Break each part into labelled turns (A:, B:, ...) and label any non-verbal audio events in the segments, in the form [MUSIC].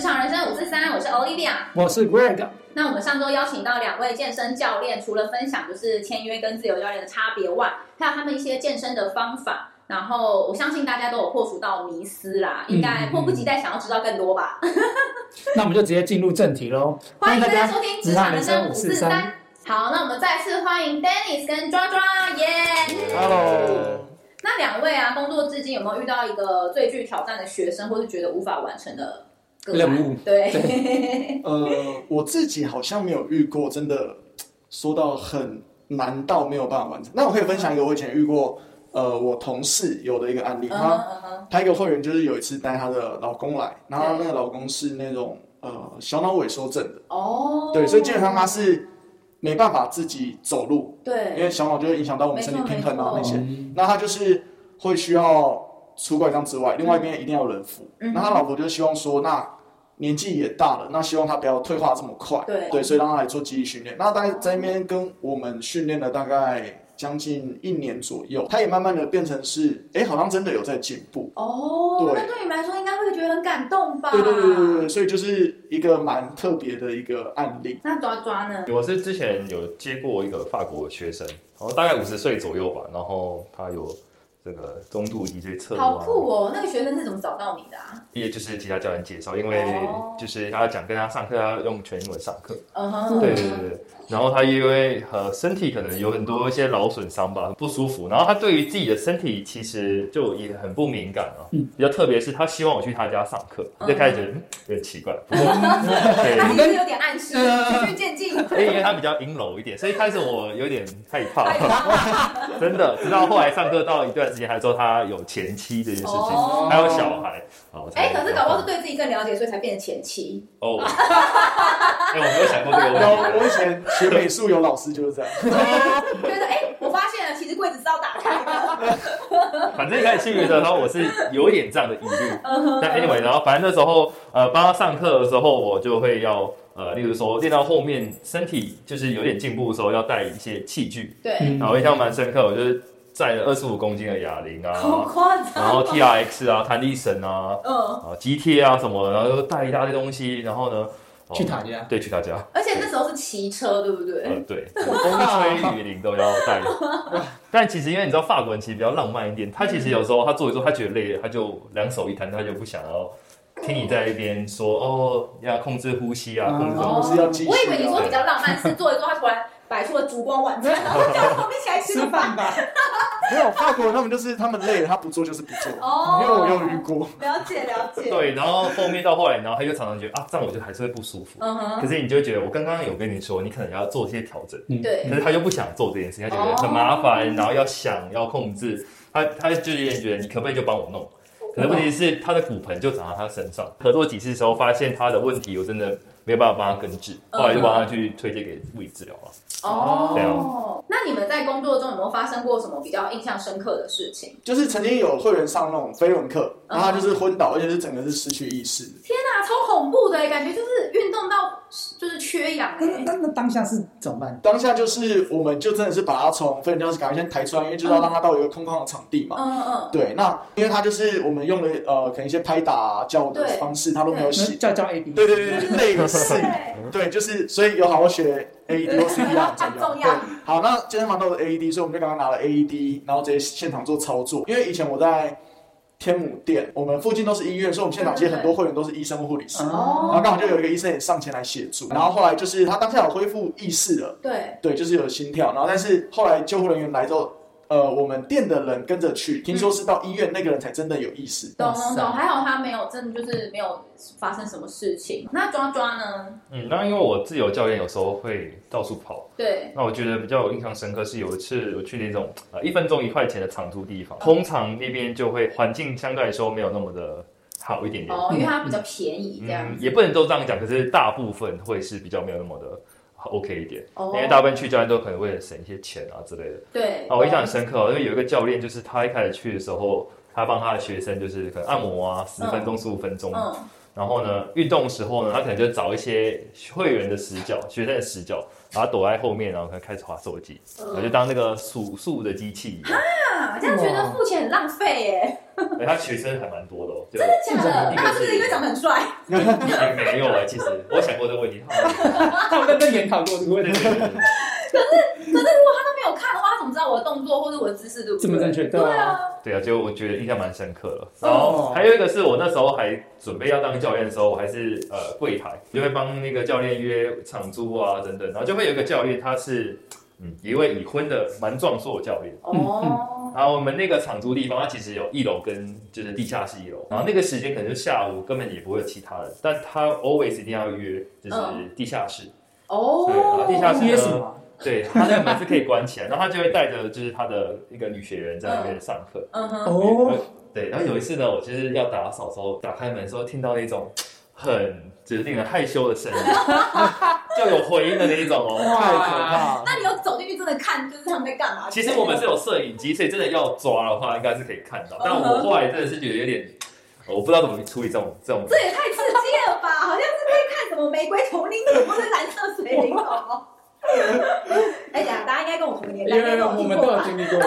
A: 三，我是 Olivia。
B: 我是 Greg，
A: 那我们上周邀请到两位健身教练，除了分享就是签约跟自由教练的差别外，还有他们一些健身的方法。然后我相信大家都有破除到迷思啦，应该迫不及待想要知道更多吧。
B: 那我们就直接进入正题喽。
A: 欢迎
B: 大
A: 大家
B: 家
A: 收听《
B: 职
A: 职场
B: 场
A: 人
B: 人
A: 生
B: 生
A: 五
B: 五
A: 四
B: 四
A: 三
B: 三》。
A: 好，那我们再次欢迎 Dennis 跟抓抓耶。
B: Hello，
A: 那两位啊，工作至今有没有遇到一个最具挑战的学生，或是觉得无法完成的个案
B: 任务？
A: 对，
C: 呃，我自己好像没有遇过，真的说到很难到没有办法完成。那我可以分享一个我以前遇过，呃，我同事有的一个案例，
A: 嗯
C: 她
A: 哼嗯哼，
C: 她一个会员就是有一次带她的老公来，然后她那个老公是那种呃小脑萎缩症的，
A: 哦，
C: 对，所以基本上她是没办法自己走路，因
A: 对，
C: 为小脑就会影响到我们身体平衡啊
A: 没错没错
C: 那些，那她就是会需要除拐杖之外，另外一边一定要有人扶。
A: 嗯
C: 那他老婆就希望说，那年纪也大了，那希望他不要退化这么快，
A: 对
C: 所以让他来做记忆训练。那大概在那边跟我们训练了大概将近一年左右，他也慢慢的变成是，哎，好像真的有在进步。
A: 哦，
C: 对
A: 那对你们来说应该会觉得很感动吧？
C: 对对对对对，所以就是一个蛮特别的一个案例。
A: 那抓抓呢？
D: 我是之前有接过一个法国的学生，然后大概五十岁左右吧，然后他有这个中度脊椎侧
A: 好
D: 弯，
A: 酷哦！那个学生是怎么找到你的啊？
D: 也就是其他教练介绍，因为
A: 哦
D: 就是他讲跟他上课要用全英文上课，
A: 嗯哼，
D: 对对对对，然后他因为呃身体可能有很多一些劳损伤吧，不舒服，然后他对于自己的身体其实就也很不敏感啊，
A: 嗯
D: 比较特别是他希望我去他家上课，就开始觉得嗯有
A: [LAUGHS]
D: 点奇怪，不过对
A: 他。其实有点暗示，
B: 呃
A: 循序渐进。
C: [LAUGHS]
D: 哎，因为他比较阴柔一点，所以一开始我有点害怕，真的。直到后来上课到一段时间，还说他有前妻这件事
A: 哦
D: 情，还有小孩。哦
A: 哎，可是搞不好是对自己更了解，所以才变成前期。
C: [LAUGHS]
D: 哦， [LAUGHS] 哎，我没有想过这个
C: 有，
D: 问题。
C: 我以前学美术有老师就是这样，
A: 觉得哎，我发现了，其实柜子是要打开的。
D: 反正一开始去的时候，我是有一点这样的疑虑。
A: 嗯
D: 但 anyway，然后反正那时候呃帮他上课的时候，我就会要呃，例如说练到后面身体就是有点进步的时候，要带一些器具。
A: 对，
D: 然后印象蛮深刻，我就是载了二十五公斤的哑铃啊，
C: 嗯
A: 好夸张。
D: 然后 T R X 啊，弹力绳啊，
A: 嗯，
D: 啊，肌贴啊什么的，然后又带一大堆东西，然后呢，哦
B: 去塔家，
D: 对，去他家，
A: 而且那时候是骑车，对不
D: 呃
C: 嗯
A: 对？，
D: 对，风吹雨淋都要带。但其实因为你知道法国人其实比较浪漫一点，他其实有时候他做一做，他觉得累了，他就两手一摊，他就不想要听你在一边说哦，要控制呼吸啊，控制什么
C: 哦是要继续
A: 我以为你说比较浪漫，是做一做，他突然摆出了烛光晚餐，然后叫我们一起来吃饭。
B: 吧。
C: 没有法国他们就是他们累了，他不做就是不做，
A: 哦
C: 因为我有遇过，
A: 了解了解。
D: 对，然后后面到后来，然后他就常常觉得啊，这样我就还是会不舒服。
A: 嗯哼，
D: 可是你就会觉得我刚刚有跟你说，你可能要做一些调整。
A: 对
D: 可是他又不想做这件事，他觉得很麻烦，然后要想要控制，他他就有点觉得你可不可以就帮我弄？可是问题是他的骨盆就长在他身上。合作几次的时候，发现他的问题我真的没有办法帮他根治，
A: 嗯
D: 后来就帮他去推荐给物理治疗了。对
A: 哦。那你们在工作中有没有发生过什么比较印象深刻的事情？
C: 就是曾经有会员上那种飞轮课，
A: 嗯
C: 然后他就是昏倒，而且是整个是失去意识的。
A: 天哪、超恐怖的，感觉就是运动到就是缺氧哎、
B: 那那当下是怎么办？
C: 当下就是我们就真的是把他从飞人教室赶快先抬出来，因为就是要让他到一个空旷的场地嘛。
A: 嗯嗯，
C: 对，那因为他就是我们用了呃，可能一些拍打、啊、叫的
A: 对
C: 方式，他都没有
B: 那
C: 写。
B: 叫叫 A B，
C: 对对对对，类似
A: [LAUGHS] 对，，
C: 对，就是所以有好好学 A E
A: [LAUGHS]
C: D 或 C D 啊，
A: 很重要
C: 对，好，那健身房都有 A E D，所以我们就刚刚拿了 A E D，然后直接现场做操作。因为以前我在天母店，我们附近都是医院，所以我们现场其实很多会员都是医生或护理师。然后
A: 哦，
C: 刚好就有一个医生也上前来协助，然后后来就是他当下有恢复意识了，
A: 对，
C: 对，就是有心跳，然后但是后来救护人员来之后，呃，我们店的人跟着去，听说是到医院那个人才真的有意识。
A: 懂
B: 哇
A: 懂
B: 塞
A: 懂，还好他没有真的就是没有发生什么事情。那抓抓呢？
D: 嗯，那因为我自由教练有时候会到处跑，
A: 对，
D: 那我觉得比较有印象深刻是有一次我去那种呃一分钟一块钱的长租地方，通常那边就会环境相对来说没有那么的好一点点。
A: 哦，因为它比较便宜这样
D: 嗯，
A: 子。
D: 也不能都这样讲，可是大部分会是比较没有那么的 OK 一点，
A: 哦，
D: 因为大部分去教练都可能为了省一些钱啊之类的。
A: 对，
D: 啊，我印象很深刻、哦，因为有一个教练，就是他一开始去的时候，他帮他的学生就是可能按摩啊，十分钟、十五分钟，
A: 嗯，
D: 然后呢，运动时候呢，他可能就找一些会员的死角、学生的死
A: 嗯
D: 角，把他躲在后面，然后可能开始划手机，然后就当那个数数的机器一样，
A: 啊，这样觉得付钱很浪费耶。
D: 哎，他学生还蛮多的哦，对
A: 真的假的？
D: 一个
A: 那他
D: 是
A: 是不是因为长得很帅？
D: 哎没有哎，其实我想过这个问题，他们
B: 他们在跟你研讨过这个问
D: 对
B: 题，
D: 对对对
A: 可是如果他都没有看的话，他怎么知道我的动作或者我的姿势对不对？
B: 这么正确，
A: 对
B: 吧？
A: 啊，
D: 对啊，就我觉得印象蛮深刻了。
B: 哦
D: 然后还有一个是我那时候还准备要当教练的时候，我还是呃柜台，就会帮那个教练约场租啊等等，然后就会有一个教练，他是嗯一位已婚的蛮壮硕的教练。
A: 哦，
D: 然后我们那个场租地方，它其实有一楼跟就是地下室一楼，然后那个时间可能就下午，根本也不会有其他人，但他 always 一定要约就是
A: 嗯
D: 地下室，对，然后
A: 哦，
D: 地下室
B: 约什
D: 呢，
B: 么？
D: 对，他那个门是可以关起来，然后他就会带着就是他的一个女学员在那边上课，
A: 嗯哼，
B: 哦，
D: 对，然后有一次呢，我就是要打扫的时候，打开门的时候听到那种很就是令人害羞的声音， [LAUGHS] 就有回音的那一种哦。
B: 太可怕了！
A: 那你有走进去真的看，就是他们在干嘛？
D: 其实我们是有摄影机，所以真的要抓的话，应该是可以看到。但我后来真的是觉得有点，我不知道怎么处理这种这种。
A: 这也太刺激了吧！ [LAUGHS] 好像是在看什么玫瑰同林组或者蓝色水灵哦。哎呀，大家应该跟我同年代，
B: 因
A: 应该
B: 为
A: 跟我
B: 我
A: 听
B: 们
A: 过
B: 都有
A: 吧？
B: 经历过，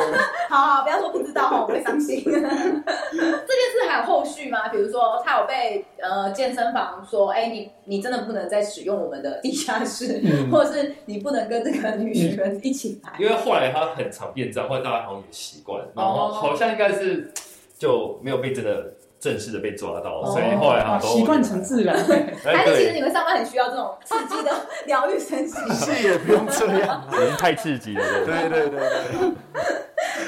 A: 好好，不要说不知道哦，我会伤心。这件事还有后续吗？比如说，他有被呃健身房说，哎、你你真的不能再使用我们的地下室，
B: 嗯
A: 或者是你不能跟这个女学员一起来。
D: 因为后来他很常变这样，后来大家好像也习惯，然后
A: 哦
D: 好像应该是就没有被真的正式的被抓到，所以
A: 哦
D: 后来他
B: 啊
D: 都
B: 习惯成自然，
D: 哎
A: 还是其实
D: 对，
A: 你们上班很需要这种刺激 [LAUGHS] 的疗愈身心。
C: 嗯是也不用这样。
D: 人太刺激了。对
C: [LAUGHS] 对对对对，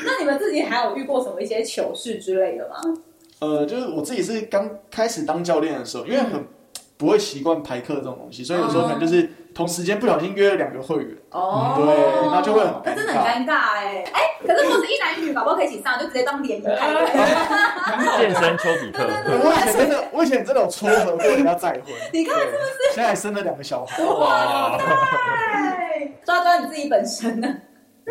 A: 那你们自己还有遇过什么一些糗事之类的吗？
C: 呃，就是我自己是刚开始当教练的时候，因为很不会习惯排课这种东西，所以有时候可能就是同时间不小心约了两个会员。
A: 哦，
D: 嗯
C: 对那就会很尴尬
A: 那真的很尴尬哎、哎、可是如果是一男一女，搞不好可以一起上，就直接当联谊派对。
D: 健身丘比特，
C: 我以前真的，我以前真的有撮合过人家再婚，
A: 你看
C: 对，现在还生了两个小孩。
D: 哇！
A: 对，抓抓你自己本身呢。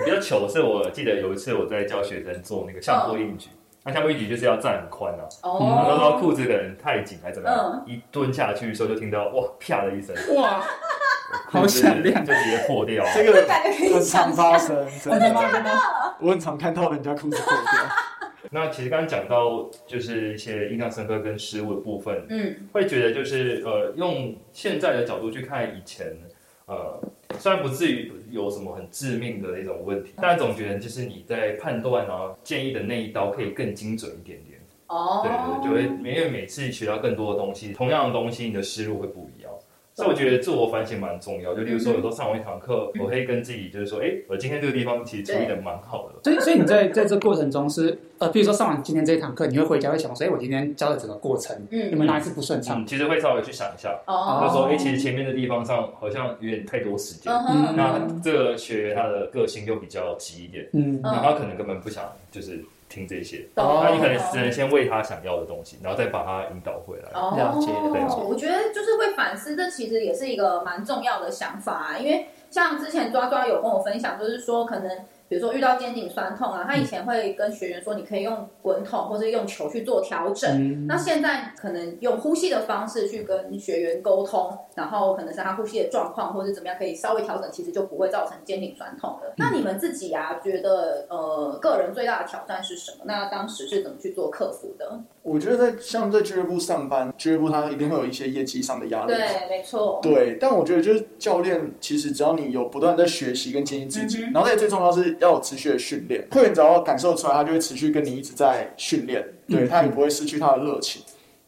D: 比较糗的是，我记得有一次我在教学生做那个下坡硬举，那下坡硬举就是要站很宽啊，然后那时候
A: 哦，
D: 裤子可能太紧还是怎么样，一蹲下去的时候就听到哇啪的一声，
B: 哇，好
D: 裤子
B: 响亮
D: 就直接破掉。啊
C: 这
A: 这
C: 个
A: 感觉可以
C: 很
A: 想
C: 常
A: 象
C: 发。 [LAUGHS] 生，真的。
B: 假的？
C: 我很常看到人家裤子破掉。
D: 那其实刚刚讲到就是一些印象深刻跟失误的部分，
A: 嗯，
D: 会觉得就是呃用现在的角度去看以前，呃虽然不至于有什么很致命的那种问题，但总觉得就是你在判断啊建议的那一刀可以更精准一点点。
A: 哦，
D: 对对，就会因为每次学到更多的东西，同样的东西，你的思路会不一样。所以我觉得自我反省蛮重要。就例如说，有时候上完一堂课，
A: 嗯
D: 我会跟自己就是说，哎，我今天这个地方其实处理的蛮好的。
B: 所以，所以你在在这过程中是呃，比如说上完今天这一堂课，你会回家会想说，哎，我今天教的整个过程，有
A: 嗯，
B: 没有哪一次不顺畅？
D: 嗯，其实会稍微去想一下，
A: 哦，
D: 就说，哎，其实前面的地方上好像有点太多时间。
A: 嗯
B: 嗯
A: 哼，
D: 那这个学员他的个性又比较急一点，
B: 嗯，
D: 然后他可能根本不想就是听这些，
A: 懂
D: 那你可能只能先为他想要的东西，然后再把他引导回来。
A: 哦，
B: 了解了
D: 解
A: 我觉得就是会反思，这其实也是一个蛮重要的想法、啊，因为像之前抓抓有跟我分享，就是说可能。比如说遇到肩颈酸痛啊，他以前会跟学员说，你可以用滚筒或者用球去做调整。
B: 嗯
A: 那现在可能用呼吸的方式去跟学员沟通，然后可能是他呼吸的状况或者怎么样，可以稍微调整，其实就不会造成肩颈酸痛
B: 嗯
A: 了。那你们自己啊，觉得呃个人最大的挑战是什么？那当时是怎么去做克服的？
C: [LAUGHS] 我觉得在像在俱乐部上班，俱乐部它一定会有一些业绩上的压力。
A: 对，没错。
C: 对，但我觉得就是教练，其实只要你有不断在学习跟精进自己，
A: 嗯哼
C: 然后再最重要是要有持续的训练。会员只要感受出来，他就会持续跟你一直在训练，对他也不会失去他的热情。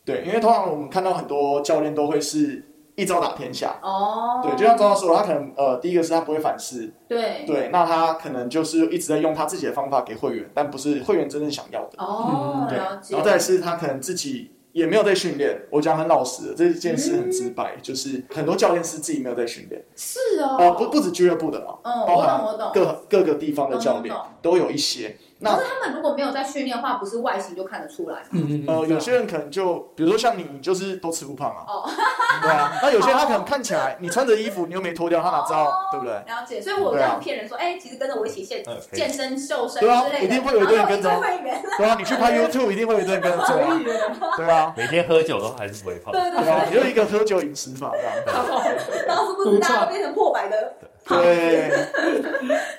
C: 对，因为通常我们看到很多教练都会是一招打天下。
A: 哦，
C: 对，就像刚刚说的，他可能呃，第一个是他不会反思，
A: 对，
C: 对，那他可能就是一直在用他自己的方法给会员，但不是会员真正想要的。
A: 哦，
C: 嗯对，
A: 了
C: 然
A: 解。
C: 后再来是他可能自己也没有在训练。我讲很老实的，这件事很直白，就是很多教练是自己没有在训练，
A: 是哦，
C: 哦，不，不止俱乐部的啦，
A: 嗯，
C: 包
A: 我
C: 含
A: 懂我懂。
C: 各各个地方的教练
A: 懂懂
C: 都有一些。那
A: 可是他们如果没有在训练的话，不是外形就看得出来吗。
B: 嗯
C: 呃，有些人可能就比如说像你，你就是都吃不胖啊，
A: 哦，
C: [LAUGHS] 对啊。那有些人他可能看起来你穿着衣服，你又没脱掉，他哪知
A: 哦
C: 道，对不对？啊
A: 了解，所以我这样骗人说，哎，其实跟着我一起健
D: 嗯可以
A: 健身、瘦身之
C: 对啊
A: 类的，
C: 一定会有一堆人跟着
A: 然后有一堆会员，
C: 对啊，你去
A: [LAUGHS]
C: 拍 YouTube 一定会有一堆人跟着做啊，对啊，
D: 每天喝酒都还是不会胖。
A: 对对
C: 对啊，
A: 对
C: 你就一个喝酒饮食法这样。
A: 对，然后 [LAUGHS] 是不是大家都变成破百的？
C: 对，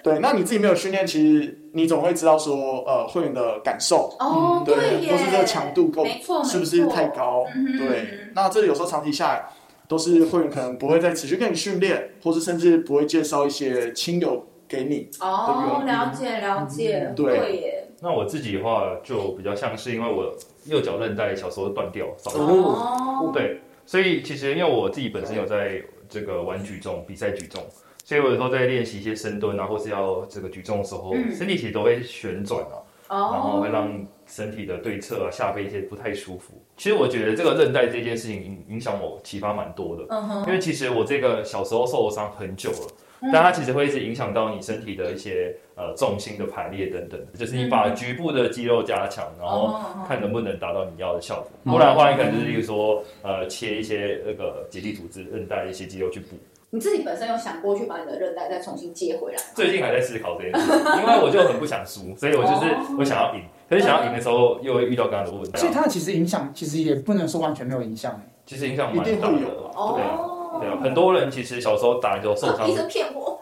C: 对，那你自己没有训练，其实你总会知道说，呃，会员的感受，
A: 哦，
B: 嗯
C: 对，
A: 耶，
C: 或是这个强度够
A: 没错，
C: 是不
A: 哦没
C: 是
A: 错
C: 太？高？
A: 嗯哼
C: 对，那这里有时候长期下来，都是会员可能不会再持续跟你训练，或是甚至不会介绍一些亲友给你。
A: 哦，
C: 对
A: 了解了解，
C: 嗯对
A: 会耶，
D: 那我自己的话就比较像是因为我右脚韧带小时候断掉，早就
A: 哦，
D: 对，所以其实因为我自己本身有在这个玩举重比赛举重，所以我有时候在练习一些深蹲啊，或是要这个举重的时候，
A: 嗯
D: 身体其实都会旋转啊，
A: 哦，
D: 然后会让身体的对侧啊、下背一些不太舒服。其实我觉得这个韧带这件事情影影响我启发蛮多的，
A: 嗯哼，
D: 因为其实我这个小时候受伤很久了，
A: 嗯
D: 但它其实会一直影响到你身体的一些呃重心的排列等等，就是你把局部的肌肉加强，然后
A: 嗯哦
D: 看能不能达到你要的效果。
B: 嗯
D: 不然的话，你可能就是例如说，呃，切一些那个呃结缔组织、韧带一些肌肉去补。
A: 你自己本身有想过去把你的韧带再重新接回来吗？
D: 最近还在思考这件事，因为我就很不想输，所以我就是
A: 哦
D: 我想要赢。可是想要赢的时候，又会遇到刚刚的问
B: 所以
D: 题，
B: 它其实影响其实也不能说完全没有影响。欸
D: 其实影响蛮
C: 一定
D: 大
C: 会
D: 的。
C: 有
D: 对啊，
A: 哦，
D: 对啊，很多人其实小时候打篮球受伤
A: 医，生啊骗我，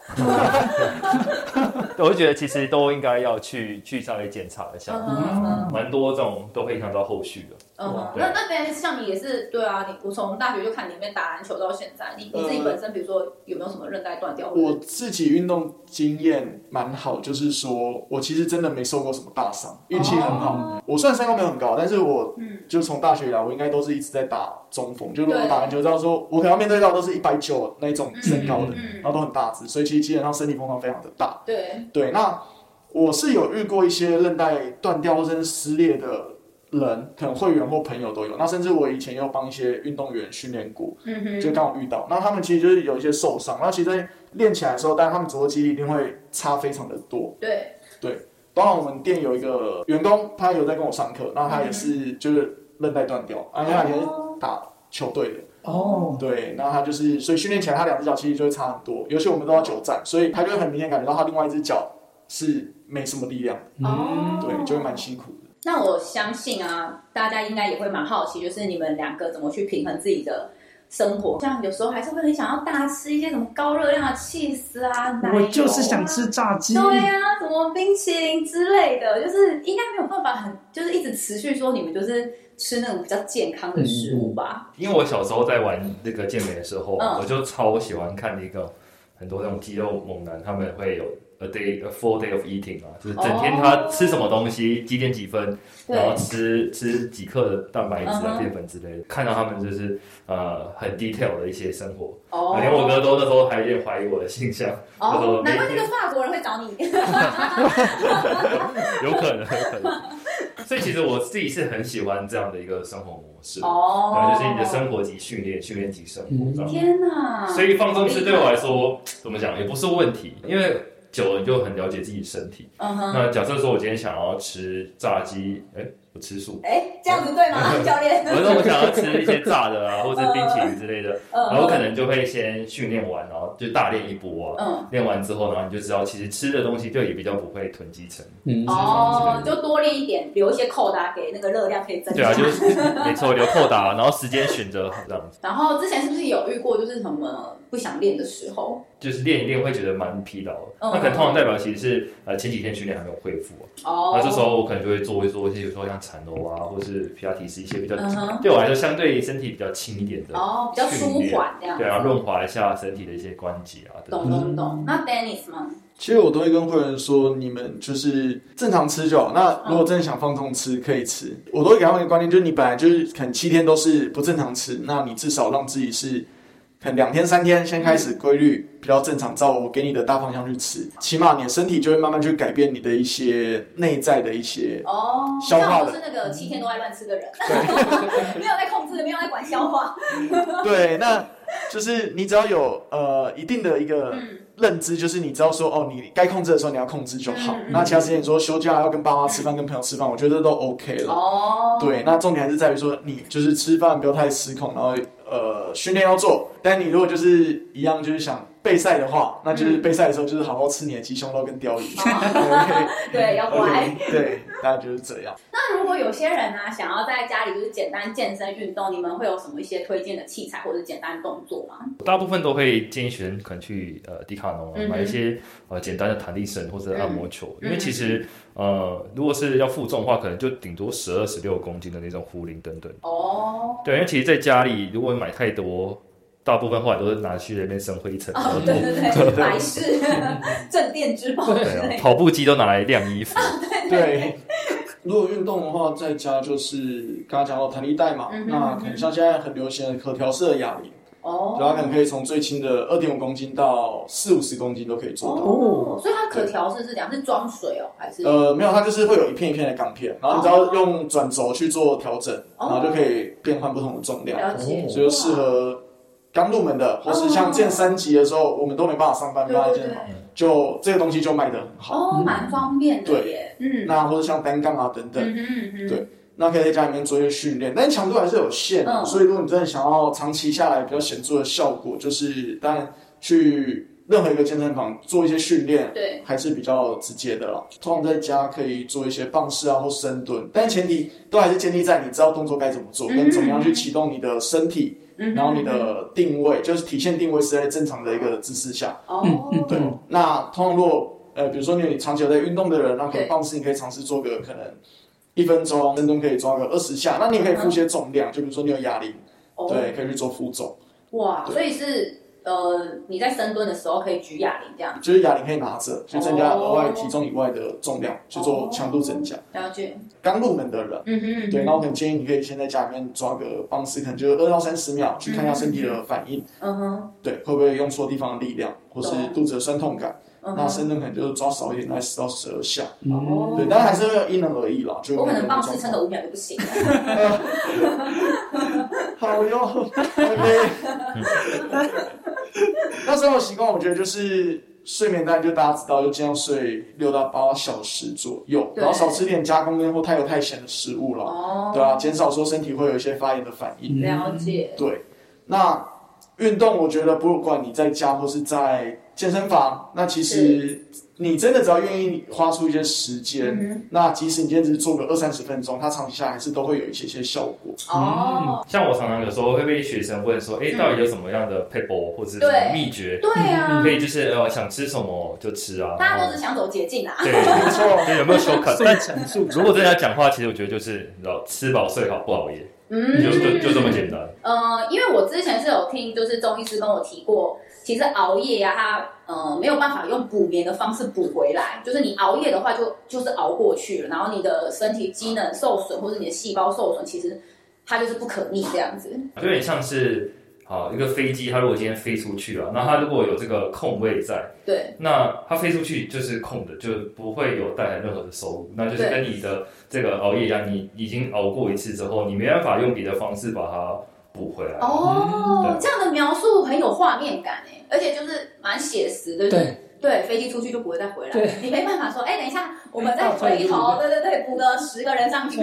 D: 我就觉得其实都应该要去去稍微检查一
A: 嗯
D: 下，
A: 哼嗯
D: 蛮多这种都会影响到后续的。
A: 嗯哼，
D: 对啊
A: 那那等于像你也是对啊，你我从大学就看你们打篮球到现在，你你自己本身比如说有没有什么韧带断掉？
C: 呃我自己运动经验蛮好，就是说我其实真的没受过什么大伤，运气很好。我虽然身高没有很高，但是我
A: 哦嗯
C: 就从大学以来，我应该都是一直在打中锋。就如果
A: 对
C: 打篮球，知道说我可能要面对到都是一百九那一 [LAUGHS] 种身高的，啊
A: 嗯
C: 然后都很大只，所以其实基本上身体碰撞非常的大。
A: 对，
C: 对，那我是有遇过一些韧带断掉或者是撕裂的人，可能会员或朋友都有。那甚至我以前也有帮一些运动员训练过，
A: 嗯哼，
C: 就刚好遇到。那他们其实就是有一些受伤，那其实在练起来的时候，但他们左右肌力一定会差非常的多。
A: 对，
C: 当然，我们店有一个员工，他有在跟我上课，那他也是
A: 嗯
C: 就是韧带断掉，啊，因为他以前是打球队的。
B: 哦，
C: 对，然后他就是，所以训练起来他两只脚其实就会差很多，尤其我们都要久站，所以他就会很明显感觉到他另外一只脚是没什么力量，
A: 哦，
C: 嗯对，就会蛮辛苦的。
A: 那我相信啊，大家应该也会蛮好奇，就是你们两个怎么去平衡自己的生活？像有时候还是会很想要大吃一些什么高热量的 cheese 啊，奶油啊
B: 我就是想。吃炸鸡。
A: 对呀、什么冰淇淋之类的，就是应该没有办法很，就是一直持续说你们就是吃那种比较健康的食物吧。
D: 因为我小时候在玩那个健美的时候，
A: 嗯
D: 我就超喜欢看那个很多那种肌肉猛男，他们会有 a day a full day of eating 啊，就是整天他吃什么东西，几点几分，然后
A: 哦对，
D: 吃吃几克的蛋白质
A: 嗯
D: 啊、
A: 哼
D: 淀粉之类的，看到他们就是呃很 detail 的一些生活，
A: 哦，
D: 连我哥都那时候还有点怀疑我的性向，那时
A: 哦
D: 候，
A: 难怪那个法国人会找你。
D: 有可能，有可能。所以其实我自己是很喜欢这样的一个生活模式，
A: 哦，
D: 对，就是你的生活及训练，训练及生活这样。
A: 天哪！
D: 所以放纵是对我来说，怎么讲也不是问题，因为久了你就很了解自己身体。
A: 嗯哼，，
D: 那假设说我今天想要吃炸鸡，哎、我吃素
A: [LAUGHS] 哎，这样子对吗，教练？
D: 嗯我说我想要吃一些炸
A: [LAUGHS]
D: 的啊，或者冰淇淋之类的，
A: 嗯
D: 然后我可能就会先训练完，然后就大练一波啊。
A: 嗯，
D: 练完之后，然后你就知道，其实吃的东西就也比较不会囤
A: [LAUGHS]
D: 积成。
B: 嗯
A: 哦，就多练一点，留一些扣打给那个热量可以增加。
D: 对啊，就是
A: [LAUGHS]
D: 没错，留扣打，啊然后时间选择这样子，
A: 然后之前是不是有遇过就是什么不想练的时候？
D: 就是练一练会觉得蛮疲劳的。
A: 嗯
D: 那可能通常代表其实是呃前几天训练还没有恢复啊
A: 哦，
D: 那这时候我可能就会做一做一些，有时候像缠柔啊，或是皮拉提斯一些比较、
A: 嗯哼
D: 对我来说相对身体比较轻一点的，
A: 哦，比较舒缓这样。
D: 对啊，润滑一下身体的一些关节啊，等
A: 懂
D: 等。
A: 懂
C: 嗯
A: 懂。那 Dennis 吗？
C: 其实我都会跟会员说，你们就是正常吃就好。那如果真的想放纵吃，可以吃。我都会给他们一个观念，就是你本来就是可能七天都是不正常吃，那你至少让自己是可能两天三天先开始规律比较正常，照我给你的大方向去吃，起码你的身体就会慢慢去改变你的一些内在的一些
A: 哦，
C: 消化
A: 像我
C: 的
A: 是那个七天都爱乱吃的人， [LAUGHS] 没有在控制，没有在管消化。 [LAUGHS]
C: 对，那就是你只要有呃一定的一个
A: 嗯
C: 认知，就是你知道说哦，你该控制的时候你要控制就好。
A: 嗯嗯
C: 那其他时间你说休假要跟爸妈吃饭、跟朋友吃饭，我觉得都 OK 了。
A: 哦，
C: 对，那重点还是在于说你就是吃饭不要太失控，然后呃训练要做。但你如果就是一样就是想备赛的话，那
A: 嗯
C: 就是备赛的时候就是好好吃你的鸡胸肉跟鲷鱼。
A: 哦对，要乖。
C: 对，大家就是这样。
A: 那那如果有些人呢、啊想要在家里就是简单健身运动，你们会有什么一些推荐的器材或者简单动作吗？
D: 大部分都会建议学生可能去呃迪卡侬啊
A: 嗯哼
D: 买一些呃简单的弹力绳或者按摩球，
A: 嗯
D: 因为其实呃如果是要负重的话，可能就顶多十二十六公斤的那种壶铃等等。
A: 哦，
D: 对，因为其实在家里如果买太多，大部分后来都是拿去那边生灰尘。
A: 哦，
C: 嗯
A: 对对对，
C: [LAUGHS]
A: 百事镇店之宝之
D: 对啊
A: 类，的。
D: 跑步机都拿来晾
A: [LAUGHS]
D: 衣服。
C: 对， [LAUGHS] 如果运动的话，在家就是刚刚讲到弹力带嘛，
A: 嗯哼
C: 那可能像现在很流行的可调式的哑铃，
A: 哦，
C: 然后可能可以从最轻的二点五公斤到四五十公斤都可以做到。
A: 哦，所以它可调式是讲是装水哦，还是
C: 呃，没有，它就是会有一片一片的钢片，然后你只要用转轴去做调整，然后就可以变换不同的重量，
A: 哦了解？啊
C: 所以就适合刚入门的，或是像健三级的时候，我们都没办法上班，
A: 哇
C: 没
A: 对
C: 办法
A: 对
C: 健身
A: 对
C: 房，，就这个东西就卖的很好。
A: 哦，蛮方便的
C: 嗯对
A: 耶，嗯，
C: 那或者像单杠啊等等，
A: 嗯哼嗯哼
C: 对那可以在家里面做一些训练，但强度还是有限的。
A: 嗯
C: 所以如果你真的想要长期下来比较显著的效果，就是当然去任何一个健身房做一些训练，
A: 对，
C: 还是比较直接的了。通常在家可以做一些棒式啊或深蹲，但前提都还是建立在你知道动作该怎么做，
A: 嗯
C: 跟怎么样去启动你的身体，
A: 嗯哼
C: 然后你的定位就是体现定位是在正常的一个姿势下。
A: 哦，
C: 嗯
B: 对
C: 那通常如果呃，比如说你长久在运动的人，那可
A: 对
C: 能棒式你可以尝试做个可能一分钟，深蹲可以抓个二十下，那你也可以负一些重量，就比如说你有哑铃，
A: 嗯哦
C: 对，可以去做负重，
A: 哇，
C: 对
A: 所以是呃，你在深蹲的时候可以举哑铃这样，
C: 就是哑铃可以拿着去增
A: 哦
C: 加额外体重以外的重量去做强度增加。
A: 了解，
C: 刚入门的人，
A: 哦嗯哼，
C: 对，那我很建议你可以先在家里面抓个棒式，可能就是二到三十秒，去看一下身体的反应，
A: 嗯哼，
C: 对，会不会用错地方的力量，或是
A: 懂
C: 肚子的酸痛感。
A: 嗯
C: 那
A: 哼，
C: 深蹲可能就是抓少一点，大概十到十二下，
A: 哦
C: 对，但还是会因人而异啦，就
A: 我可
C: 每个
A: 能
C: 人
A: 棒
C: 的
A: 式撑
C: 状况
A: 个五秒就不行了，
C: 好哟，还没。 [LAUGHS] 那生活习惯，我觉得就是睡眠，当然就大家知道，就尽量睡六到八小时左右，
A: 对
C: 然后少吃点加工跟或太油太咸的食物了，
A: 哦，嗯
C: 对啊，减嗯少说身体会有一些发炎的反应。
A: 了解，
C: 对，那运动，我觉得不管你在家或是在健身房，那其实你真的只要愿意花出一些时间，
A: 嗯
C: 那即使你今天只是做个二三十分钟，它长期下来还是都会有一些些效果。
A: 哼，哦，
D: 像我常常有时候会被学生问说，哎、
A: 嗯
D: 到底有什么样的 p a p e 或者是什
A: 对
D: 么秘
C: 嗯
D: 诀，
A: 对啊
D: 可，以就是呃想吃什么就吃啊，
A: 大家
D: 然
A: 都
D: 后
A: 是想走捷径啦， [LAUGHS]
D: 对，
C: 没错。
D: 对有没有休克？
B: 睡
D: 但
B: 成数
D: 如果真的要讲话，其实我觉得就是你知道，吃饱睡好不熬夜，
A: 嗯，
D: 就就就这么简单。
A: 呃，因为我之前是有听，就是中医师跟我提过，其实熬夜呀、它呃没有办法用补眠的方式补回来，就是你熬夜的话就，就是熬过去了，然后你的身体机能受损，或者你的细胞受损，其实它就是不可逆这样子。
D: 就有点像是好一个飞机，它如果今天飞出去了，那它如果有这个空位在，
A: 对，
D: 那它飞出去就是空的，就不会有带来任何的收入。那就是
A: 对
D: 跟你的这个熬夜一样，你已经熬过一次之后，你没办法用别的方式把它补回来。
A: 哦
D: 对，
A: 这样的描述很有画面感哎，而且就是蛮写实的，就是
B: 对
A: 对，飞机出去就不会再回来
B: 对，
A: 你没办法说，哎，等一下我们再
B: 到这
A: 回
B: 里
A: 头，对对对，补个十个人上去，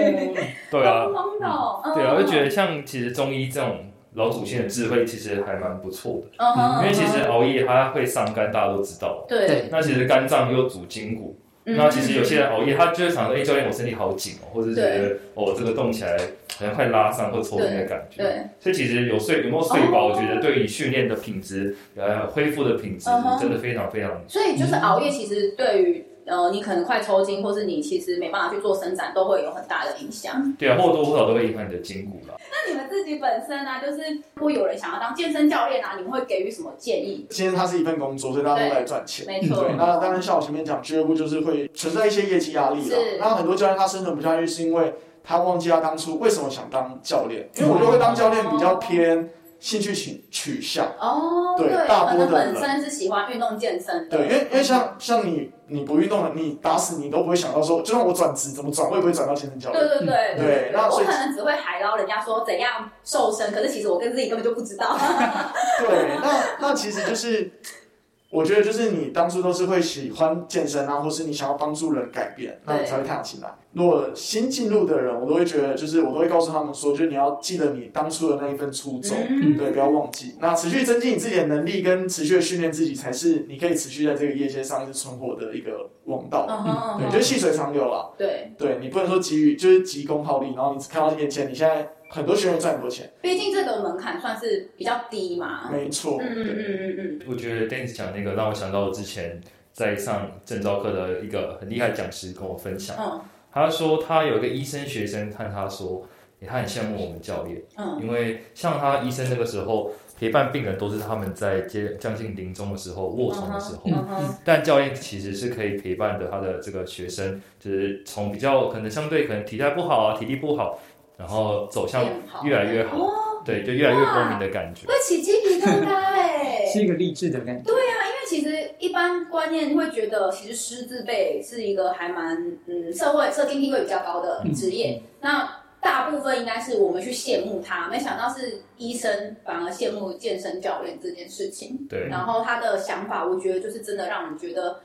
D: 对啊
A: [LAUGHS] 好，懵懂，嗯
D: 对啊，我就觉，得像其实中医这种老祖先的智慧，其实还蛮不错的。
A: 嗯哼
D: 因为其实
A: 嗯
D: 熬夜它会伤肝，大家都知道。
A: 对
B: 对
D: 那其实肝脏又主筋骨，
A: 嗯
D: 那其实有些人熬夜，他就会想说，哎、教练，我身体好紧哦，或者是觉得哦，这个动起来好像快拉伤或抽筋的感觉。
A: 对，
D: 所以其实有睡有没有睡饱，
A: 哦
D: 我觉得对于训练的品质，呃，恢复的品质
A: 嗯哼
D: 真的非常非常。
A: 所以就是熬夜，其实对于呃你可能快抽筋，或是你其实没办法去做伸展，都会有很大的影响。
D: 对啊，或多或少都会影响你的筋骨啦。
A: 嗯那你们自己本身呢、就是如果有人想要当健身教练啊，你们会给予什么建议？
C: 今天它是一份工作，所以大家都来赚钱。
A: 没错，
C: 嗯对，那当然像我前面讲，俱乐部就是会存在一些业绩压力啦
A: 是。
C: 那很多教练他生存不下去，是因为他忘记他当初为什么想当教练。因为我觉得会当教练比较偏兴趣取取向，
A: 哦，
C: 对大
A: 可
C: 波的
A: 能
C: 人
A: 本身是喜欢运动健身的，嗯
C: 对，因为因为像像你你不运动了，你打死你都不会想到说，就算我转职怎么转，我也不会转到健身教
A: 对
C: 练。
A: 对对
C: 嗯对那
A: 我
C: 所以
A: 可能只会海捞人家说怎样瘦身，可是其实我跟自己根本就不知
C: [LAUGHS]
A: 道。
C: 对，那那其实就是。我觉得就是你当初都是会喜欢健身啊，或是你想要帮助人改变，那你才会踏进来。如果新进入的人，我都会觉得就是我都会告诉他们说，就是你要记得你当初的那一份初衷，
A: 嗯
C: 对，不要忘记。那持续增进你自己的能力，跟持续的训练自己，才是你可以持续在这个业界上一直存活的一个往道。
A: 嗯哼
C: 对，就是细水长流啦。
A: 对，
C: 对你不能说急于就是急功好利，然后你只看到眼前，你现在很多学生赚很多钱，
A: 毕竟这个门槛算是比较低嘛。
C: 没错。
A: 嗯嗯
C: 对
A: 嗯嗯
D: 我觉得 Dennis 讲那个让我想到之前在上证照课的一个很厉害的讲师跟我分享
A: 嗯，嗯
D: 他说他有一个医生学生看他说，欸他很羡慕我们教练，
A: 嗯，
D: 因为像他医生那个时候陪伴病人都是他们在接将近临终的时候卧床的时候，
A: 嗯哼
D: 但教练其实是可以陪伴着他的这个学生，就是从比较可能相对可能体态不好啊、体力不好，然后走向
A: 变好
D: 越来越好，
A: 哦，
D: 对，就越来越光明的感觉。
A: 会起鸡皮疙瘩哎。
B: 是一个励志的感觉。
A: 因为其实一般观念会觉得，其实师字辈是一个还蛮嗯社会社经地位比较高的职业。那大部分应该是我们去羡慕他，没想到是医生反而羡慕健身教练这件事情。
D: 对，
A: 然后他的想法，我觉得就是真的让人觉得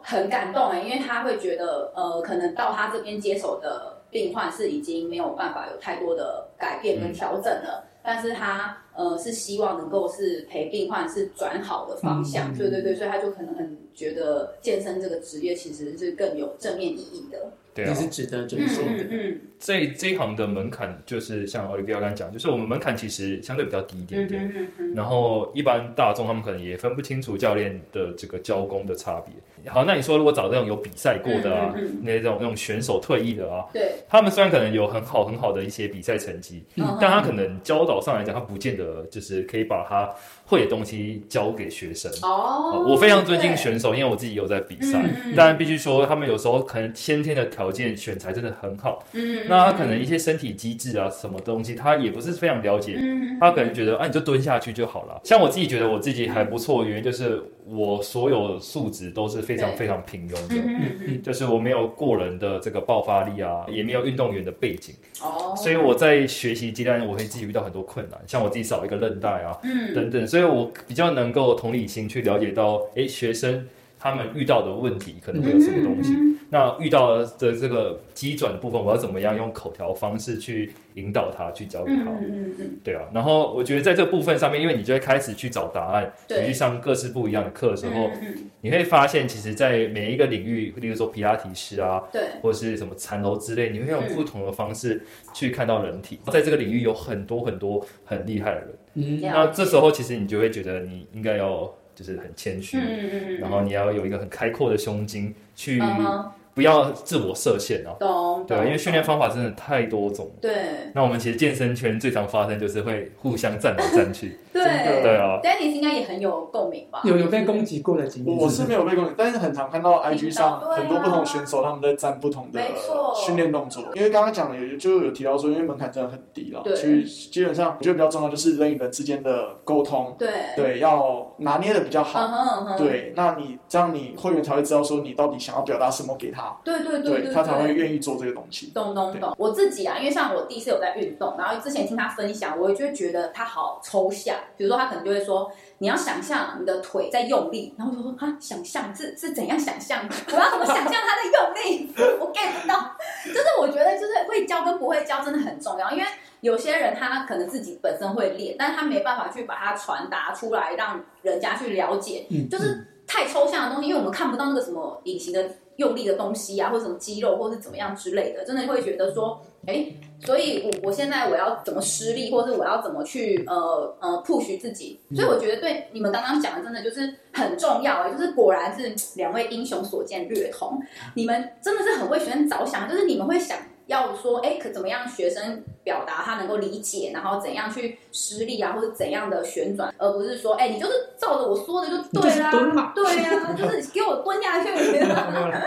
A: 很感动哎、因为他会觉得呃，可能到他这边接手的病患是已经没有办法有太多的改变
D: 嗯
A: 跟调整了。但是他呃是希望能够是陪病患是转好的方向，
B: 嗯
A: 对对对，所以他就可能很觉得健身这个职业其实是更有正面意义的。
D: 对
B: 也
D: 啊，
B: 是值得
A: 嗯
B: 珍惜的。
A: 嗯
D: 这这一行的门槛就是像奥利比亚刚才讲，就是我们门槛其实相对比较低一点
A: 嗯
D: 点。
A: 嗯嗯
D: 然后一般大众他们可能也分不清楚教练的这个教功的差别。好，那你说如果找那种有比赛过的啊，
A: 嗯嗯
D: 那种那种选手退役的啊，
A: 嗯，对，
D: 他们虽然可能有很好很好的一些比赛成绩，
A: 嗯
D: 但他可能教导上来讲，他不见得就是可以把他会的东西教给学生。
A: 哦
D: 呃，我非常尊敬
A: 对
D: 选手，因为我自己有在比赛
A: 嗯嗯嗯，
D: 当然必须说，他们有时候可能先天的条件选材真的很好，
A: 嗯，嗯
D: 那他可能一些身体机制啊，什么东西，他也不是非常了解，
A: 嗯嗯
D: 他可能觉得啊，你就蹲下去就好了。像我自己觉得我自己还不错，原因就是我所有素质都是非常
A: 对
D: 非常平庸
A: 嗯
D: 的，
A: 嗯嗯，
D: 就是我没有过人的这个爆发力啊，也没有运动员的背景，
A: 哦，
D: 所以我在学习阶段我会自己遇到很多困难，像我自己少一个韧带啊
A: 嗯
D: 等等，所以我比较能够同理心去了解到，诶，学生他们遇到的问题可能会有什么
A: 嗯
D: 东西。那遇到的这个机转部分，我要怎么样用口条方式去引导他，去教给
A: 嗯
D: 他？
A: 嗯嗯，
D: 对啊，然后我觉得在这部分上面，因为你就会开始去找答案，
A: 对
D: 你去上各式不一样的课的时候，
A: 嗯嗯
D: 你会发现，其实，在每一个领域，例如说皮拉提师啊，
A: 嗯对，
D: 或是什么缠柔之类，你会用
A: 嗯
D: 不同的方式去看到人体。在这个领域有很多很多很厉害的人，
B: 嗯，
A: 了
D: 那
A: 解
D: 这时候其实你就会觉得你应该要就是很谦虚，
A: 嗯嗯嗯，
D: 然后你要有一个很开阔的胸襟，去
A: 嗯哼
D: 不要自我设限啊。
A: 懂，
D: 对啊，
A: 懂
D: 因为训练方法真的太多种了。
A: 对
D: 那我们其实健身圈最常发生就是会互相站来站去，
A: 对
C: 真
D: 对啊，
A: ，Dennis 应该也很有共鸣吧？
B: 有有被攻击过的经验，
C: 我是没有被攻击，但是很常看到 IG 上
A: 对啊
C: 很多不同选手他们在站不同的
A: 没错
C: 训练动作，因为刚刚讲的有就有提到说，因为门槛真的很低了，
A: 对
C: 所以基本上我觉得比较重要就是人与人之间的沟通，
A: 对，
C: 对，要拿捏的比较
A: 嗯
C: 好，
A: 哼嗯哼，
C: 对，那你这样你会员才会知道说你到底想要表达什么给他，
A: 对对对，
C: 他才会愿意做这个东西。
A: 懂懂懂，我自己啊，因为像我弟是有在运动，然后之前听他分享，我就会觉得他好抽象。比如说他可能就会说，你要想象你的腿在用力，然后我就说啊，想象是是怎样想象？我要怎么想象他在用力？我 get 不到。就是我觉得就是会教跟不会教真的很重要，因为有些人他可能自己本身会练，但是他没办法去把它传达出来，让人家去了解。
B: 嗯，
A: 就是太抽象的东西，因为我们看不到那个什么隐形的用力的东西啊，或者什么肌肉，或者是怎么样之类的，真的会觉得说，哎，所以我我现在我要怎么施力，或者我要怎么去呃呃 push 自己，所以我觉得对你们刚刚讲的真的就是很重要、欸，就是果然是两位英雄所见略同，你们真的是很为学生着想，就是你们会想。要说，哎，可怎么样学生表达他能够理解，然后怎样去施力啊，或者怎样的旋转，而不是说，哎，你就是照着我说的就对啊啦，
B: 你就是蹲嘛
A: 对呀、就是给我蹲下去。哦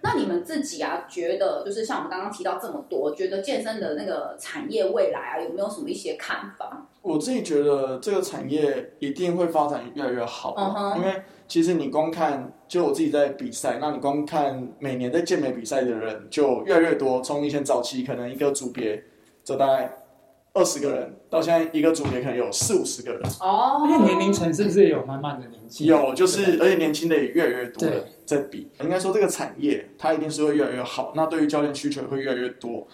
A: 那你们自己啊，觉得就是像我们刚刚提到这么多，觉得健身的那个产业未来啊，有没有什么一些看法？
C: 我自己觉得这个产业一定会发展越来越好啊
A: 嗯哼
C: 因为其实你光看，就我自己在比赛，那你光看每年在健美比赛的人就越来越多，从以前早期可能一个组别就大概二十个人，到现在一个组别可能有四五十个人，
A: 哦
B: 因为年龄层是不是也有慢慢的年纪？
C: 有就是而且年轻的也越来越多
B: 对
C: 了在比，应该说这个产业它一定是会越来越好，那对于教练需求也会越来越多。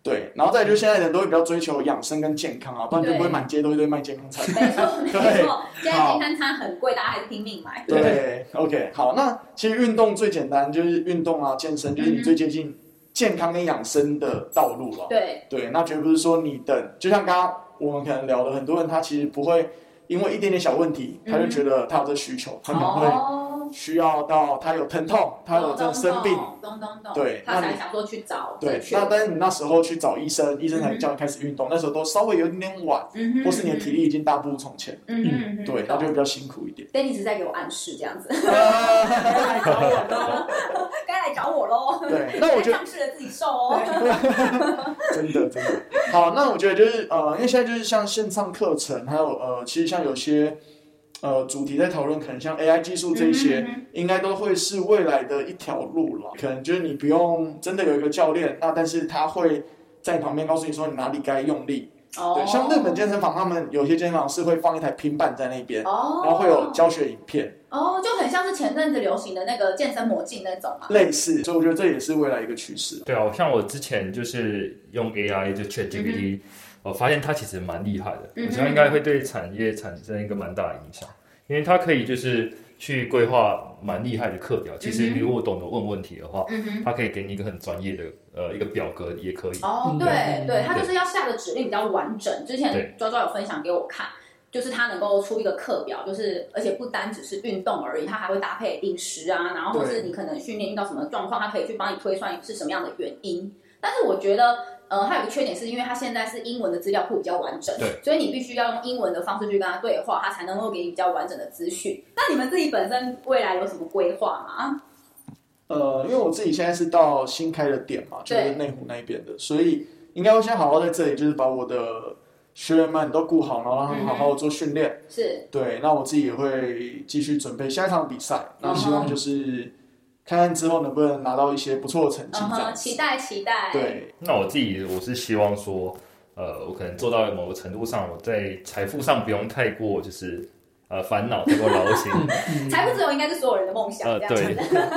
C: 对，然后再来就是现在人都会比较追求养生跟健康啊，不然就不会满街都一堆卖健康产品。
A: 没
C: [LAUGHS]
A: 错没
C: 对
A: 错，现在健康餐很贵，大家还是拼命买。
C: 对 o k 好，那其实运动最简单就是运动啊，健身
A: 嗯
C: 就是你最接近健康跟养生的道路了。
A: 对
C: 对，那绝不是说你等，就像刚刚我们可能聊的，很多人他其实不会因为一点点小问题，他就觉得他有这需求，他可能会
A: 嗯哦，
C: 需要到他有疼痛，他有这种生病。
A: 咚咚咚，
C: 对
A: 他
C: 那
A: 才
C: 你
A: 想说去找
C: 对，
A: 去
C: 那但是你那时候去找医生，医生才叫你开始运动，那时候都稍微有一点点晚，
A: 嗯哼
C: 或是你的体，力已经大不如从前，
A: 嗯哼嗯哼，
C: 对，那就比较辛苦一
A: [LAUGHS]
C: 点。
A: Danny 只是在给我暗示这
C: [LAUGHS]
A: 样子，该
C: 啊
A: 来找我喽，该来找我喽。
C: 对，那我觉得
A: 上市了自己瘦哦。
C: 真的真的好。那我觉得就是呃，因为现在就是像线上课程，还有呃，其实像有些呃主题在讨论，可能像 AI 技术这一些，
A: 嗯哼嗯
C: 应该都会是未来的一条路了。可能就是你不用真的有一个教练，那但是他会在你旁边告诉你说你哪里该用力。
A: 哦
C: 对，像日本健身房，他们有些健身房是会放一台平板在那边。
A: 哦，
C: 然后会有教学影片，
A: 哦，就很像是前阵子流行的那个健身魔镜那种嘛。
C: 类似，所以我觉得这也是未来一个趋势。
D: 对啊，我像我之前就是用 AI 就 ChatGPT，、我发现它其实蛮厉害的，
A: 嗯嗯哼
D: 我觉得应该会对产业产生一个蛮大的影响，因为它可以就是去规划蛮厉害的课表。其实
A: 嗯哼
D: 你如果懂得问问题的话，
A: 嗯哼。
D: 它可以给你一个很专业的呃一个表格也可以。
A: 哦，
B: 嗯
A: 对
B: 对
A: 对，他就是要下的指令比较完整。之前
D: 对
A: 抓抓有分享给我看，就是他能够出一个课表，就是而且不单只是运动而已，他还会搭配饮食啊，然后或是
C: 对
A: 你可能训练遇到什么状况，他可以去帮你推算是什么样的原因。但是我觉得，呃，它有个缺点是因为它现在是英文的资料库比较完整，
D: 对，
A: 所以你必须要用英文的方式去跟他对话，他才能够给你比较完整的资讯。那你们自己本身未来有什么规划吗？
C: 呃，因为我自己现在是到新开的店嘛，就
A: 对
C: 是内湖那边的，所以应该会先好好在这里，就是把我的学员们都顾好，然后让他们好好做训练。
A: 是，
C: 对，那我自己也会继续准备下一场比赛，那
A: 嗯哼
C: 希望就是看看之后能不能拿到一些不错的成绩
A: 嗯
C: 这
A: 哼，
C: 样
A: 期
C: 子。
A: 待期待，，
C: 对，
D: 那我自己我是希望说，呃，我可能做到某个程度上，我在财富上不用太过就是呃烦恼，太过劳心。
B: 嗯
A: 财富自由应该是所有人的梦想，
D: 呃，
A: 这样子。
D: 对， [LAUGHS]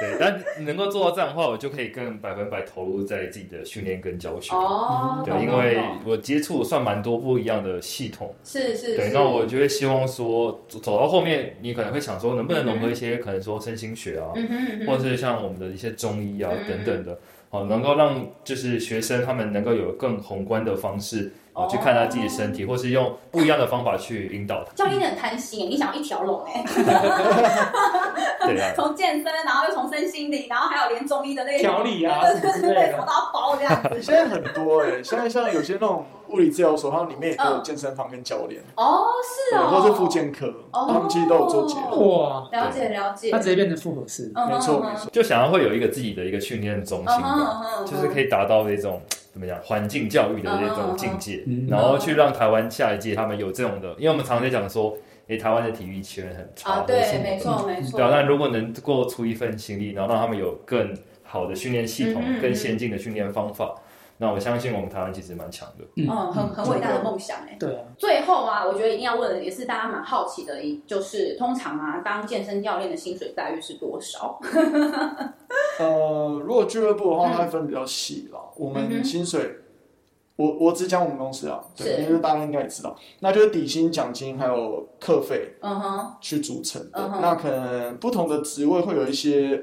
D: 对，但你能够做到这样的话，我就可以更百分百投入在自己的训练跟教学。
C: 嗯
A: 哦，
D: 对，
A: 懂
D: 因
A: 懂
D: 为
A: 懂
D: 我接触算蛮多不一样的系统，
A: 是是
D: 对
A: 是，，
D: 那我就会希望说，走走到后面，你可能会想说，能不能融合一些可能说身心学啊，
A: 嗯哼嗯
D: 或
A: 哼，
D: 是像我们的一些中医啊
A: 嗯嗯
D: 等等的，哦，能够让就是学生他们能够有更宏观的方式
A: 哦
D: 啊去看他自己的身体，或是用不一样的方法去引导
A: 教练你很贪心耶，你想要一条龙哎，
D: 他，对啊，
A: [LAUGHS] 从健身，然后又从身心灵，然后还有连中医的那
B: 调
A: 种，
B: 理啊
A: [LAUGHS] 对
B: 什
A: 对
B: 么之
A: 对
B: 类
A: 对，什么
B: 的，
A: 都要包这样子。
D: [LAUGHS]
C: 现在很多哎、现在像有些那种物理治疗所，它里面也都有健身房跟教练，
A: 哦，是
C: 对，
A: 哦，
C: 或是复，健科，
A: 哦
C: 他们其实都有做结合。
B: 哇，
A: 了解了解，
B: 它直接变成复合式。
A: 嗯哼
C: 没错
A: 嗯哼
C: 没错，
D: 就想要会有一个自己的一个训练中心
A: 嗯哼
D: 吧。
A: 嗯哼，
D: 就是可
A: 以
D: 以达到那种
A: 嗯
D: 怎么讲环境教育的那种境界，
B: 嗯嗯嗯
D: 然后去让台湾下一届他们有这种的，因为我们常常在讲说，诶，台湾的体育圈很差，
A: 啊，
D: 或者
A: 对，
D: 什么的
A: 没，错没
D: 对
A: 错，
D: 啊，那如果能够出一份心力，然后让他们有更好的训练系统、
A: 嗯嗯嗯
D: 更先进的训练方法，那我相信我们台湾其实蛮强的。
A: 嗯，很很伟大的梦想哎。
D: 嗯
B: 对啊，
A: 最后啊，我觉得一定要问的也是大家蛮好奇的，一就是通常啊，当健身教练的薪水待遇是多少？
C: 呃，如果俱乐部的话，它会分比较细啦。我
A: 嗯嗯哼
C: 们薪水，我我只讲我们公司啊，对，
A: 是
C: 因为大家应该也知道，那就是底薪、奖金还有课费
A: 嗯哼，
C: 去组成的
A: 嗯。哼
C: 那可能不同的职位会有一些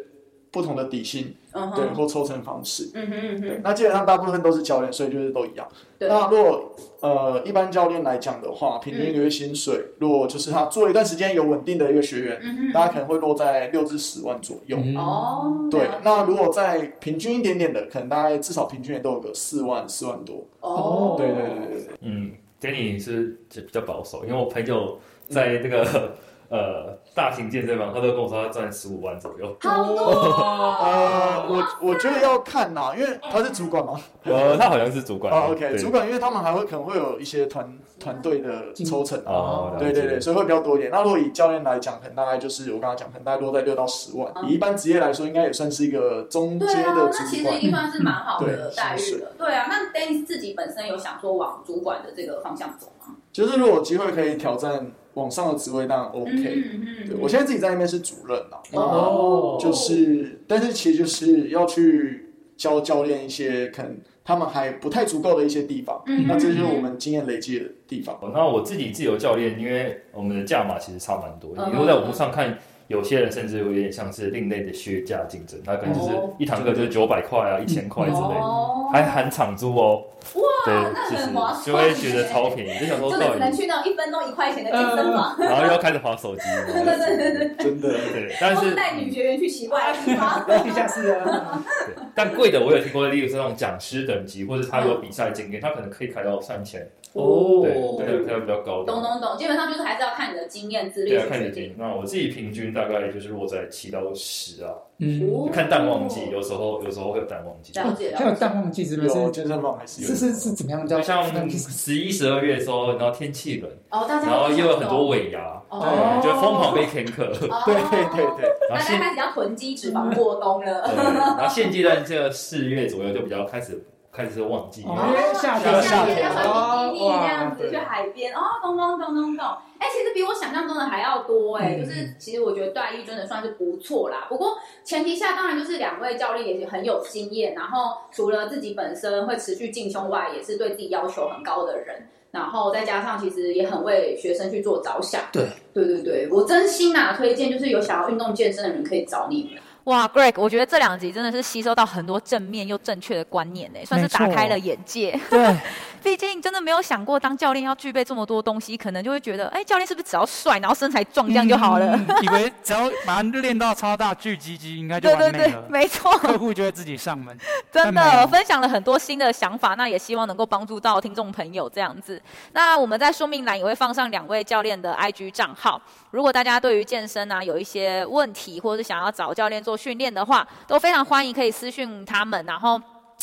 C: 不同的底薪，
A: 嗯
C: 对，
A: 哼，
C: 或抽成方式。
A: 嗯哼嗯
C: 对
A: 哼，，
C: 那基本上大部分都是教练，所以就是都一样。
A: 对
C: 那如果呃一般教练来讲的话，平
A: 嗯
C: 均一个月薪水，如果就是他做一段时间有稳定的一个学员，
A: 嗯哼。
C: 大家可能会落在六至十万左右。
B: 嗯，
A: 哦，
C: 对
A: 了，
C: 那如果再平均一点点的，可能大概至少平均也都有个四万、四万多。
A: 哦，
C: 对对对对对，
D: 嗯，Danny 是比较保守，因为我朋友在
A: [LAUGHS]
D: 那个、呃大型健身房，他都跟我说他赚十五万左右，
A: 好多
B: [LAUGHS]
A: 哦
C: 呃，我我觉得要看呐，因为他是主管嘛。
D: 呃，他好像是主管
C: 哦，OK，
D: 对
C: 主管，因为他们还会可能会有一些团团队的抽成啊。
D: 哦，了
C: 对对
D: 解
C: 对，所以会比较多一点。那如果以教练来讲，可能大概就是我刚刚讲，可能大概落在六到十万。
A: 嗯
C: 以一般职业来说，应该也算是一个中阶
A: 对啊，
C: 的
A: 那
C: 主
A: 其实
C: 管
A: 已。经算是蛮好的
C: 对
A: 待遇
C: 是
A: 了。对啊，那 Dennis 自己本身有想说往主管的这个方向走吗
C: 就是如果有机会可以挑战往上的职位，当然 OK。
A: 嗯嗯
C: 对我现在自己在那边是主任啊，那
B: 哦
C: 就是，但是其实就是要去教教练一些可能他们还不太足够的一些地方。
E: 嗯
C: 那这就是我们经验累积的地方。
D: 那我自己自由教练，因为我们的价码其实差蛮多。
E: 嗯
D: 你如果在网络上看，有些人甚至有点像是另类的削价竞争，他可能就是
E: 哦
D: 一堂课就是九百块啊、一千块之类的，
E: 哦，
D: 还含场租哦。对
E: 哇，那，
D: 就
E: 很划算，
D: 是就会觉得超便宜，就想说
A: 哦
E: 就
D: 到
E: 只能
D: 底，
E: 去那种一分钟一块钱的健身房，
D: 然后又要开始划手
E: [LAUGHS]
D: 机。
E: 对对对对，
C: 真的，
D: 对，但
E: 或
D: 是
E: 是带女学员去奇怪的地
B: [LAUGHS]
E: 方，
F: 地下室啊，
D: 对嗯但贵的我有听过，例如是那种讲师等级，或者他
E: 嗯
D: 有比赛经验，他可能可以开到三千，对，
F: 哦，
D: 对，开到比较高
E: 懂
D: 的。
E: 懂懂，基本上就是还是要看你的经验资历
D: 对啊
E: 去，
D: 看你
E: 决
D: 自己
E: 定。。
D: 那我自己平均大概就是落在七到十啊，
F: 嗯，
E: 哦
D: 看淡旺季，有时候有时候会有淡旺季。
E: 了解了
F: 还
E: 解
F: 有淡旺季是不
C: 有
F: 是？
C: 健身房还是有
F: 是是是怎么样叫？
D: 就像十一、十二月的时候，然后天气冷，
E: 哦，大家
D: 然后又有很多尾牙，
E: 哦
F: 对，
D: 就疯狂被
E: [LAUGHS]
D: 坎坷。
C: 对对对，
D: 然
E: 大
D: 后
E: 家
D: 现
E: 开始要囤积脂肪过冬 [LAUGHS] 了。
F: 哦
D: 对然后现阶段这个四月左右就比较开始开始是旺季，因
F: 哦
D: 为
F: 因为夏天
E: 夏天
C: 夏天
E: 穿比基尼这样
C: 哇
E: 子去海边，哦，咚咚咚咚咚，哎，其实比我想象中的还要多哎，
F: 嗯
E: 就是其实我觉得段誉真的算是不错啦。不过前提下，当然就是两位教练也是很有经验，然后除了自己本身会持续进修外，也是对自己要求很高的人。然后再加上，其实也很为学生去做着想。
F: 对，
E: 对对对，我真心啊推荐，就是有想要运动健身的人可以找你们。
A: 哇，Greg，我觉得这两集真的是吸收到很多正面又正确的观念呢，算是打开了眼界。 [LAUGHS]
F: 对，
A: 毕竟真的没有想过当教练要具备这么多东西，可能就会觉得，哎，教练是不是只要帅，然后身材壮这样就好了？
B: 嗯以为只要马上练到超大巨鸡鸡，应该就
A: 对对
B: 完美
A: 对，
B: 了。
A: 没错，
B: 客户就会自己上门。
A: [LAUGHS] 真
B: 但没
A: 的
B: 有
A: 分享了很多新的想法，那也希望能够帮助到听众朋友这样子。那我们在说明栏也会放上两位教练的 IG 账号，如果大家对于健身啊有一些问题，或者是想要找教练做训练的话，都非常欢迎可以私讯他们，然后。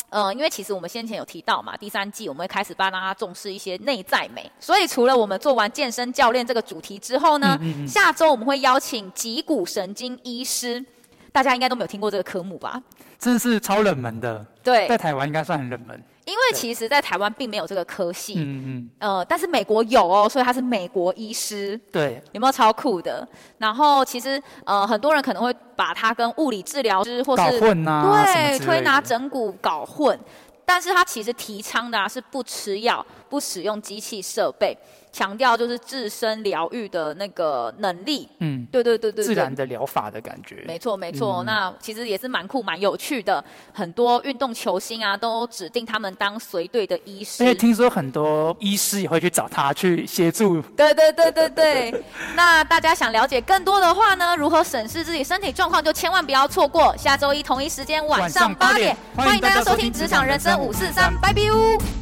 A: 呃，因为其实我们先前有提到嘛，第三季我们会开始帮大家重视一些内在美，所以除了我们做完健身教练这个主题之后呢，下周我们会邀请脊骨神经医师，大家应该都没有听过这个科目吧？
B: 真的是超冷门的，
A: 对，
B: 在台湾应该算很冷门。
A: 因为其实，在台湾并没有这个科系，
B: 嗯嗯，
A: 呃，但是美国有哦，所以他是美国医师，
B: 对，
A: 有没有超酷的？然后其实呃，很多人可能会把它跟物理治疗师或
B: 搞
A: 是
B: 混呐、啊，什么之
A: 对
B: 类的
A: 推拿整骨搞混，但是他其实提倡的、啊、是不吃药、不使用机器设备，强调就是自身疗愈的那个能力。
B: 嗯，
A: 对对对对对，
B: 自然的疗法的感觉。
A: 没错，没错。
B: 嗯
A: 那其实也是蛮酷、蛮有趣的。很多运动球星啊，都指定他们当随队的医师
B: 而。且听说很多医师也会去找他去协助。
A: [LAUGHS] 对对对对对。那大家想了解更多的话呢，如何审视自己身体状况，就千万不要错过下周一同一时间晚
B: 晚
A: 上
B: 上
A: 八
B: 八
A: 点
B: 点，
A: 欢迎大家收听《
B: 欢迎大家收听
A: 职场人生五四三》，拜拜哦。